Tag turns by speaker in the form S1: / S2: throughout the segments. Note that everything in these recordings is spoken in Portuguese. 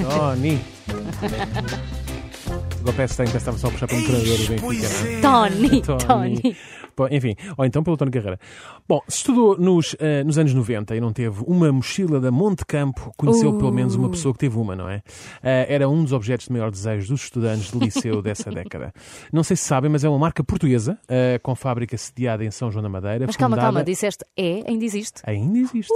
S1: No niin. Lopestain que estava só a puxar para um treinador do Benfica. não é?
S2: Tony,
S1: Tony.
S2: Tony.
S1: Bom, enfim, ou então pelo Tony Carreira. Bom, se estudou nos, eh, nos anos 90 e não teve uma mochila da Monte Campo, conheceu
S2: Uh.
S1: pelo menos uma pessoa que teve uma, não é? Eh, era um dos objetos de maior desejo dos estudantes de liceu dessa década. Não sei se sabem, mas é uma marca portuguesa, eh, com fábrica sediada em São João da Madeira.
S2: Mas calma,
S1: fundada-
S2: calma, disseste é, ainda existe.
S1: Ainda existe.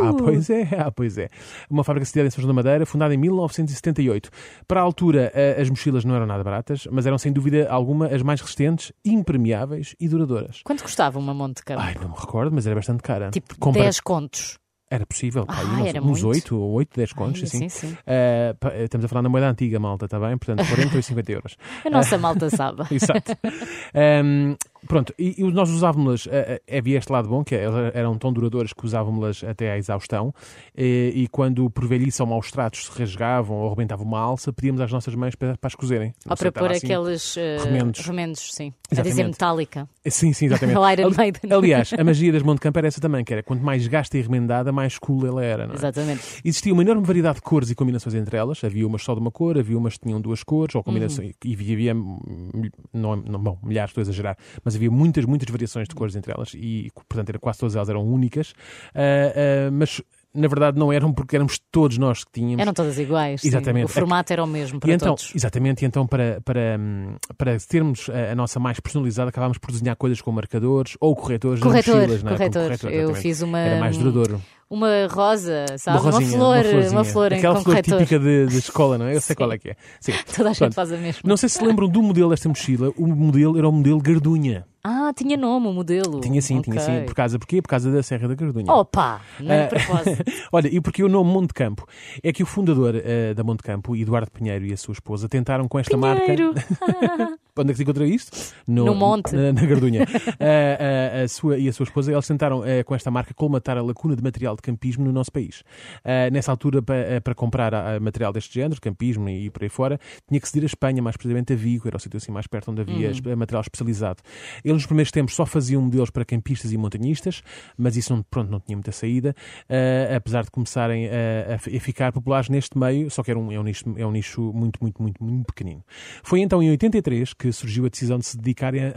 S1: Ah,
S2: Uh!
S1: pois é, ah, pois é. Uma fábrica sediada em São João da Madeira, fundada em 1978. Para a altura, eh, as mochilas não eram nada baratas, mas eram sem dúvida alguma as mais resistentes, impermeáveis e duradouras.
S2: Quanto custava uma Monte Campo?
S1: Ai, não me recordo, mas era bastante cara.
S2: tipo
S1: Compara-
S2: 10 contos.
S1: Era possível, pá,
S2: Ah,
S1: aí uns,
S2: era
S1: uns
S2: muito.
S1: 8, 8, 10 contos,
S2: Ai,
S1: assim.
S2: sim, sim.
S1: Eh, pá, eh, estamos a falar na moeda antiga, malta, está bem? Portanto, 40 ou 50 euros.
S2: A nossa malta sabe.
S1: Exato. Ehm, pronto, e, e nós usávamos-las, eh, eh, havia este lado bom, que elas eram tão duradouras que usávamos-las até à exaustão, eh, e quando por velhice ou maus tratos se rasgavam ou arrebentava uma alça, pedíamos às nossas mães para, para as cozerem. Não sei,
S2: Ou para
S1: estava
S2: pôr
S1: assim-
S2: aqueles eh,
S1: remendos.
S2: remendos, sim. A
S1: Exatamente.
S2: dizer metálica.
S1: Sim, sim, exatamente.
S2: Ao Iron
S1: Ali-
S2: Maiden.
S1: Aliás, a magia das Monte Campo era essa também, que era quanto mais gasta e remendada, mais cool ela era, não é?
S2: Exatamente.
S1: Existia uma enorme variedade de cores e combinações entre elas. Havia umas só de uma cor, havia umas que tinham duas cores, ou combinações. E havia, hum, não, não, bom, milhares, estou a exagerar, mas havia muitas, muitas variações de cores entre elas e, portanto, era, quase todas elas eram únicas. Ah, ah, mas, na verdade, não eram porque éramos todos nós que tínhamos.
S2: Eram todas iguais. sim.
S1: Exatamente.
S2: O formato era o mesmo para
S1: E então,
S2: todos.
S1: exatamente, e então para, para, hum, para termos a, a nossa mais personalizada, acabámos por desenhar coisas com marcadores ou corretores nas
S2: Corretor,
S1: mochilas, não é? Como
S2: corretor. Eu
S1: exatamente.
S2: fiz uma-
S1: Era mais duradouro.
S2: Uma rosa, sabe?
S1: rosinha,
S2: flor,
S1: florzinha.
S2: Tá, uma flor em
S1: Aquela
S2: com
S1: flor
S2: corretor.
S1: típica de, de escola, não é? Eu sei qual é que é. Sim.
S2: Toda a gente
S1: Pronto.
S2: faz a mesma.
S1: Não sei se lembram do modelo desta mochila. O modelo era o modelo Gardunha.
S2: Ah, tinha nome o modelo.
S1: Tinha sim, tinha
S2: Ok.
S1: sim. Por causa, porquê? Por causa da Serra da Gardunha.
S2: Opa, não é de propósito.
S1: Olha, e porque o nome Monte Campo é que o fundador eh, da Monte Campo, Eduardo Pinheiro e a sua esposa, tentaram com esta marca.
S2: Pinheiro.
S1: Onde é que se encontrou isto?
S2: No monte.
S1: Na, na Gardunha. Ah, ah, a sua, e a sua esposa, eles tentaram eh, com esta marca colmatar a lacuna de material de campismo no nosso país. Ah, nessa altura, pa- eh, para comprar ah, material deste género, campismo e, por aí fora, tinha que se ir a Espanha, mais precisamente a Vigo, era o sítio assim mais perto onde
S2: Uhum.
S1: havia es- eh, material especializado. Eles, nos primeiros tempos, só faziam modelos para campistas e montanhistas, mas isso, não- pronto, não tinha muita saída, ah, apesar de começarem ah, a, f- a ficar populares neste meio, só que era um, é, um nicho, é um nicho muito, muito, muito, muito pequenino. Foi então em 83 que surgiu a decisão de se dedicarem a-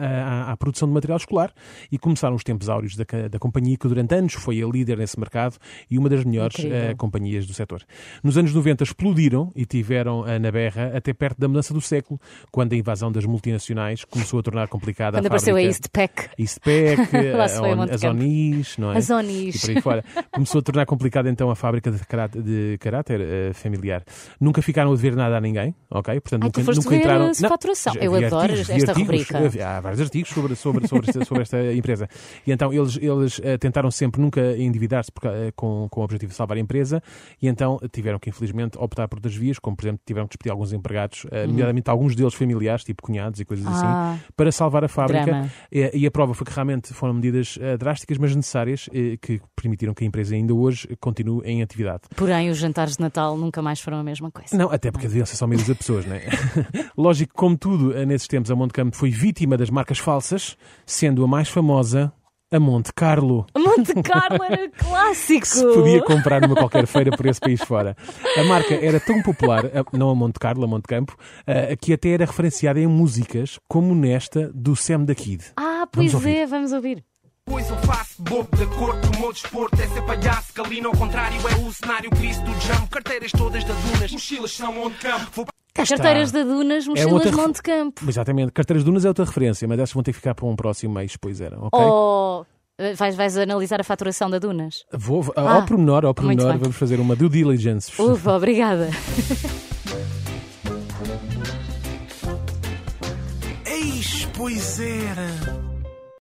S1: a- à produção de material escolar e começaram os tempos áureos da, ca- da companhia, que durante anos foi a líder nesse mercado e uma das melhores
S2: Incrível.
S1: eh, companhias do setor. Nos anos 90 explodiram e tiveram eh, na berra até perto da mudança do século, quando a invasão das multinacionais começou a tornar complicada
S2: Quando
S1: a fábrica.
S2: apareceu a East Pack.
S1: A Ispec,
S2: Lá se foi a Monte
S1: a
S2: Campo.
S1: Zonis, não é?
S2: A Zonis.
S1: E por aí fora. Começou a tornar complicada então a fábrica de caráter, de caráter, eh, familiar. Nunca ficaram a dever nada a ninguém, ok? Portanto,
S2: Ai,
S1: nunca,
S2: tu foste
S1: nunca
S2: ver
S1: entraram.
S2: essa faturação.
S1: já
S2: Eu
S1: vi
S2: adoro
S1: vi
S2: esta
S1: artigos,
S2: rubrica.
S1: eu vi- Há vários artigos sobre, sobre, sobre, esta- sobre esta empresa. E então eles, eles eh, tentaram sempre nunca endividar-se por ca- eh, com, com o objetivo de salvar a empresa e então tiveram que infelizmente optar por outras vias, como por exemplo tiveram que despedir alguns empregados, eh, nomeadamente alguns deles familiares, tipo cunhados e coisas
S2: Uhum. Ah.
S1: assim, para salvar a fábrica.
S2: Drama.
S1: Eh, E a prova foi que realmente foram medidas eh, drásticas, mas necessárias, eh, que permitiram que a empresa ainda hoje continue em atividade.
S2: Porém, os jantares de Natal nunca mais foram a mesma coisa.
S1: Não, até porque deviam ser só meia dúzia de pessoas, não é? Lógico, que, como tudo, eh, nesses tempos, a Monte Campo foi vítima das marcas falsas, sendo a mais famosa a Monte Carlo.
S2: Monte Carlo era clássico.
S1: que se podia comprar numa qualquer feira por esse país fora. A marca era tão popular, a- não a Monte Carlo, a Monte Campo, eh, que até era referenciada em músicas como nesta do Sam da Kid.
S2: Ah,
S1: Vamos
S2: pois
S1: ouvir.
S2: é, vamos ouvir.
S3: Pois eu faço bobo da corte, o meu desporto é ser palhaço. Calina ao contrário, é o cenário Cristo do jump. Carteiras todas da Dunas, mochilas são onde campo. Vou
S2: Carteiras da
S1: É
S2: Dunas,
S1: um
S2: mochilas
S1: outra ref-
S2: Monte Campo.
S1: Exatamente. Carteiras Dunas é outra referência, mas essas vão ter que ficar para um próximo mês, pois era, ok?
S2: Oh. Ou eh, vais, vais analisar a faturação da Dunas?
S1: Vou, ao
S2: Ah,
S1: pormenor, ao
S2: muito
S1: pormenor,
S2: bem.
S1: vamos fazer uma due diligence.
S2: Ufa, obrigada.
S3: Eis, pois era.